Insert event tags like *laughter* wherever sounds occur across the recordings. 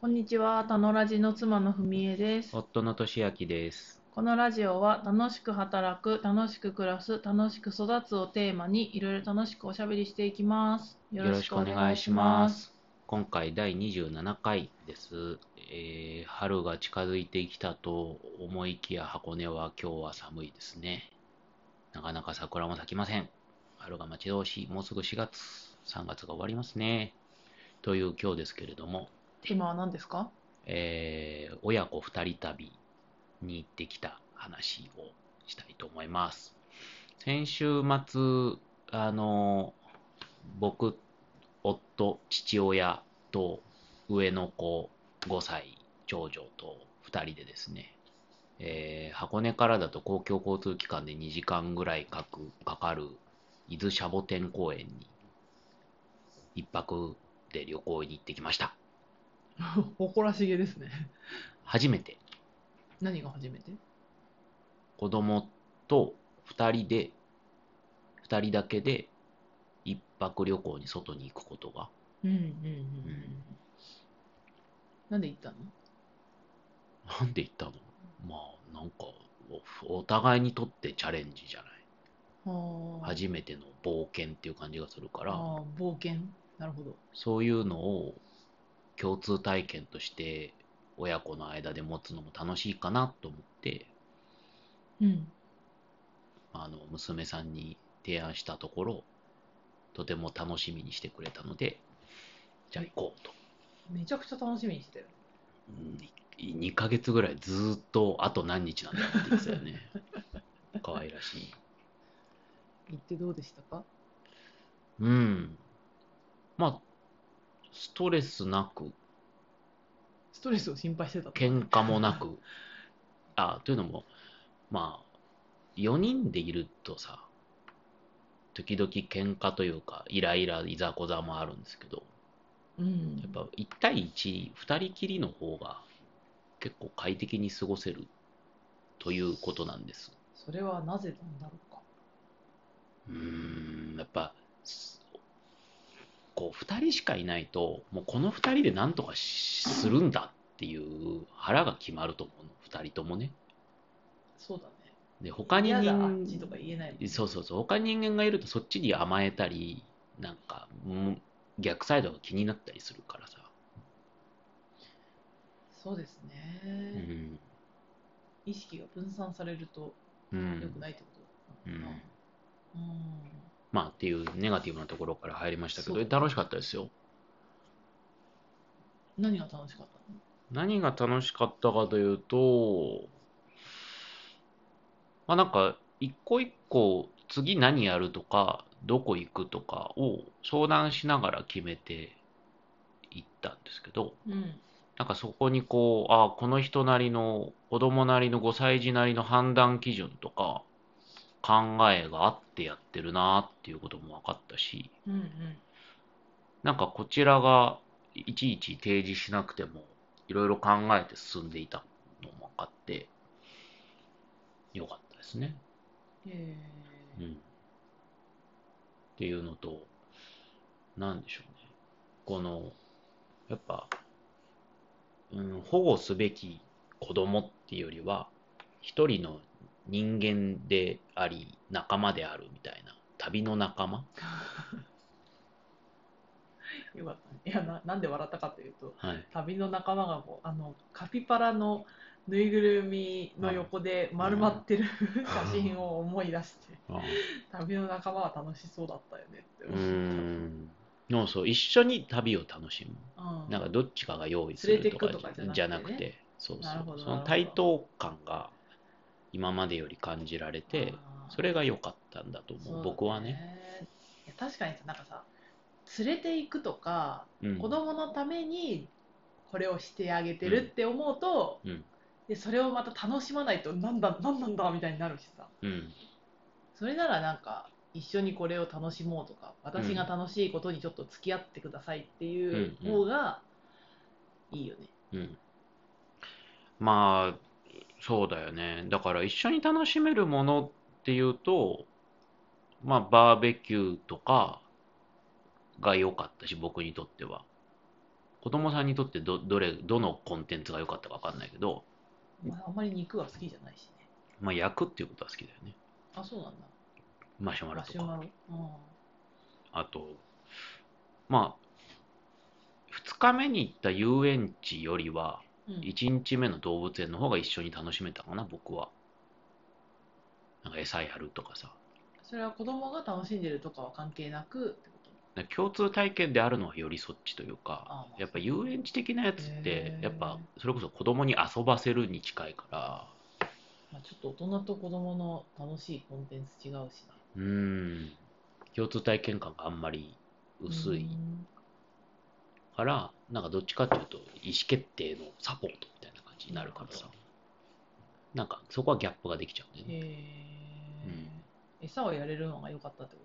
こんにちは、たのラジの妻のふみえです。夫の俊明です。このラジオは楽しく働く、楽しく暮らす、楽しく育つをテーマにいろいろ楽しくおしゃべりしていきます。よろしくお願いします。。今回第27回です、えー春が近づいてきたと思いきや箱根は今日は寒いですね。なかなか桜も咲きません。春が待ち遠しい。もうすぐ4月、3月が終わりますね。という今日ですけれども、テーマは何ですかえー親子二人旅に行ってきた話をしたいと思います。先週末、あの、僕、夫、父親と上の子5歳、長女と2人でですね、えー箱根からだと公共交通機関で2時間ぐらいかくかかる伊豆シャボテン公園に一泊で旅行に行ってきました。誇らしげですね。 *laughs* 初めて何が初めて子供と2人で2人だけで一泊旅行に外に行くことが *laughs* うんうんうんううんん。なんで行ったのなんで行ったのまあなんかおお互いにとってチャレンジじゃないあー初めての冒険っていう感じがするからあー、冒険。なるほど。そういうのを共通体験として親子の間で持つのも楽しいかなと思ってうん。あの娘さんに提案したところとても楽しみにしてくれたのでじゃあ行こうと。めちゃくちゃ楽しみにしてたよ。 2ヶ月ぐらいずーっとあと何日なんだって言ってたよね可愛らしい行ってどうでしたかうんまあストレスなくストレスを心配してたの喧嘩もなくあというのもまあ4人でいるとさ時々喧嘩というかイライラいざこざもあるんですけどうん。やっぱ1対12人きりの方が結構快適に過ごせるということなんですそれはなぜなんだろうか。うーんやっぱすこう2人しかいないともうこの2人で何とかしするんだっていう腹が決まると思うの2人ともねそうだね。で他に嫌だあっちと人か言えないもんねそうそうそう他に人間がいるとそっちに甘えたりなんか、うん逆サイドが気になったりするからさ、そうですね、うん意識が分散されるとう良くんないってことうなのかん、な、うんまあっていうネガティブなところから入りましたけそどう楽しかったですよ何が楽しかったの何が楽しかったかというと、まあなんか、一個一個、次何やるとか、どこ行くとかを相談しながら決めていったんですけど、うんなんかそこにこう、ああ、この人なりの、子供なりの5歳児なりの判断基準とか、考えがあってやってるなっていうことも分かったし、うんなんかこちらがいちいち提示しなくても、いろいろ考えて進んでいたのも分かって、よかったですね。うんえーうん。っていうのと、なんでしょうね。この、やっぱ、うん、保護すべき子供っていうよりは、一人の人間であり、仲間であるみたいな、旅の仲間よかったねいやななんで笑ったかというとはい。旅の仲間がこうあのカピバラのぬいぐるみの横で丸まってる、 *laughs* 写真を思い出してああ旅の仲間は楽しそうだったよねってう思っーた、ん。でもそう、一緒に旅を楽しむ。うんなんかどっちかが用意するとか連れてくとかじゃなくてねじゃなくて、そうなるほそどう。そなるのほど対等感が今までより感じられて、あーそれが良かったんだとそうだ思う、僕はね。いや確かにさなんかさ連れていくとか、うん子供のためにこれをしてあげてるって思うと、うんでそれをまた楽しまないとなんだなんなんだみたいになるしさうん。それならなんか一緒にこれを楽しもうとか私が楽しいことにちょっと付き合ってくださいっていううんうん方がいいよね。うん。まあ、そうだよね。だから一緒に楽しめるものっていうと、まあ、バーベキューとかが良かったし、僕にとっては。子供さんにとってどどれどのコンテンツが良かったか分かんないけど、まあ、あんまり肉は好きじゃないしね。まあ、焼くっていうことは好きだよねあ、そうなんだ。マシュマロマとシュマかロ。うんあとまあ2日目に行った遊園地よりはうん、 1日目の動物園の方が一緒に楽しめたかな僕はなんか餌やるとかさそれは子供が楽しんでるとかは関係なくってことなんか共通体験であるのはよりそっちというあかまあやっぱ遊園地的なやつってへーやっぱそれこそ子供に遊ばせるに近いからまあ、ちょっと大人と子供の楽しいコンテンツ違うしな。うーん共通体験感があんまり薄いうんからなんかどっちかっていうと意思決定のサポートみたいな感じになるからさなんかそこはギャップができちゃうんだよねへえ、餌をやれるのが良かったってこ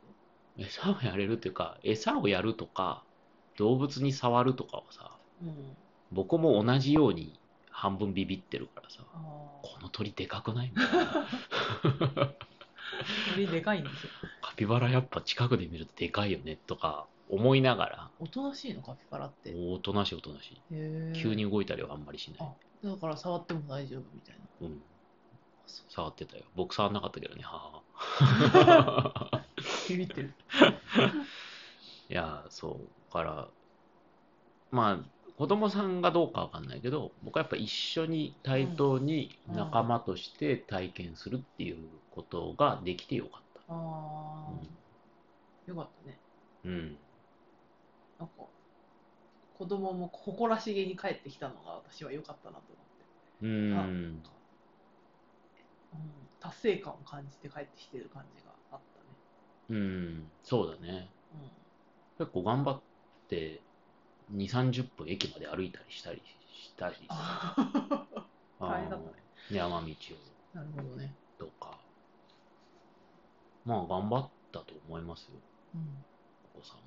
餌をやれるっていうか餌をやるとか動物に触るとかをさとうん。僕も同じように半分ビビってるからさああ。この鳥でかくないみたいな鳥でかいんですよ。カピバラやっぱ近くで見るとでかいよねとか思いながらおとなしいのカピバラって。へおとなしいおとなしいえ。急。に動いたりはあんまりしないあ、だから触っても大丈夫みたいな。うんそ触ってたよ僕触んなかったけどね *laughs* ははビビってる。 *laughs* いやそうからまあ子供さんがどうかわかんないけど僕はやっぱ一緒に対等にうん仲間として体験するっていうことができてよかっあたあ、よかったね。うん、うんなんか、子供も誇らしげに帰ってきたのが私は良かったなと思って。うんうん、達成感を感じて帰ってきてる感じがあったね。うんそうだね結構頑張って2 3 0分駅まで歩いたりしたりしたりしてあ大変だったねあの山道をなるほどね。とかまあ頑張ったと思いますようん、お子さんも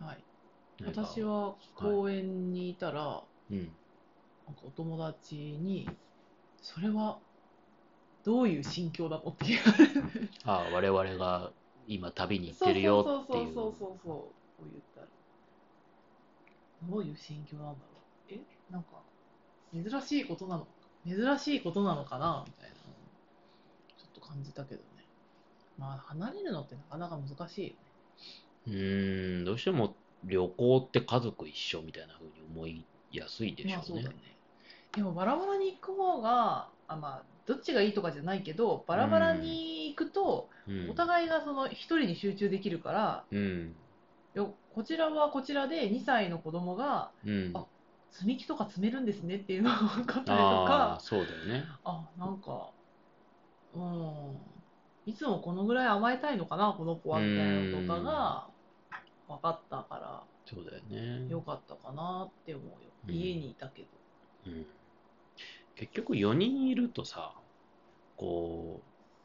はい。なんか私は公園にいたら、うんなんかお友達に、それはどういう心境だのって言われて。ああ我々が今旅 *laughs* に行ってるよっていうそうそうそうそうそうこう言ったらどういう心境なんだろうえなんか珍しいことなの珍しいことなのかなみたいなちょっと感じたけどねまあ離れるのってなかなか難しいよねうーんどうしても旅行って家族一緒みたいな風に思いやすいでしまあょそううねだねでもバラバラに行く方があまあどっちがいいとかじゃないけどバラバラに行くとうんお互いがその一人に集中できるからうんよこちらはこちらで2歳の子供がうんあ積み木とか積めるんですねっていう *laughs* のが分かったりとああかそうだよねあなんかうんいつもこのぐらい甘えたいのかなこの子はみたいなのとかが分かったかそうだよらねよかったかなって思うよ、うん家にいたけどうん結局4人いるとさこ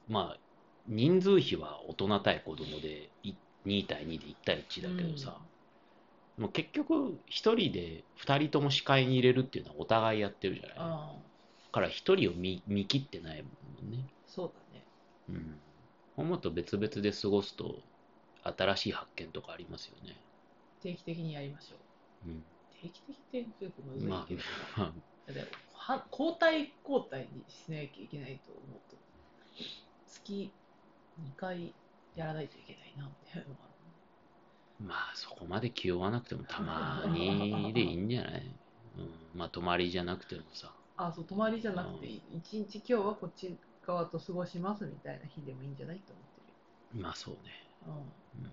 うまあ人数比は大人対子供でい2対2で1対1だけどさ、もう結局1人で2人とも視界に入れるっていうのはお互いやってるじゃないだあから1人を見見切ってないもんね、そうだねうん、そう思うと別々で過ごすと新しい発見とかありますよね、定期的にやりましょう定期的って結構むうずん、いまけど、あだっては交代交代にしなきゃいけないと思うと月2回やらないといけないなっていうのがあるまあそこまで気負わなくてもたまにでいいんじゃない、うん、まあ泊まりじゃなくてもさあ、そう、泊まりじゃなくていい、一日今日はこっち側と過ごしますみたいな日でもいいんじゃないと思っまあそうね、てうん、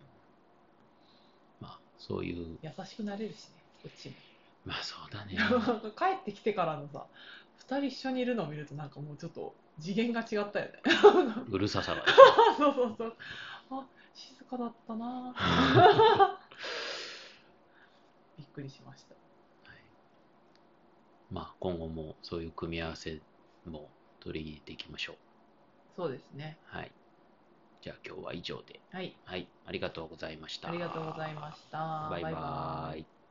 まあそういうる。うん。優しくなれるしね、こっちも。まあそ *laughs* うだねなんか帰ってきてからのさ、二人一緒にいるのを見るとなんかもうちょっと次元が違ったよね。うるささがそうそうそう。あ、静かだった *laughs* なぁ。びっくりしました。まあ今後もそういう組み合わせも取り入れていきましょうそうですね。はいじゃあ今日は以上ではい、はいありがとうございましたありがとうございました。バイババイバイイ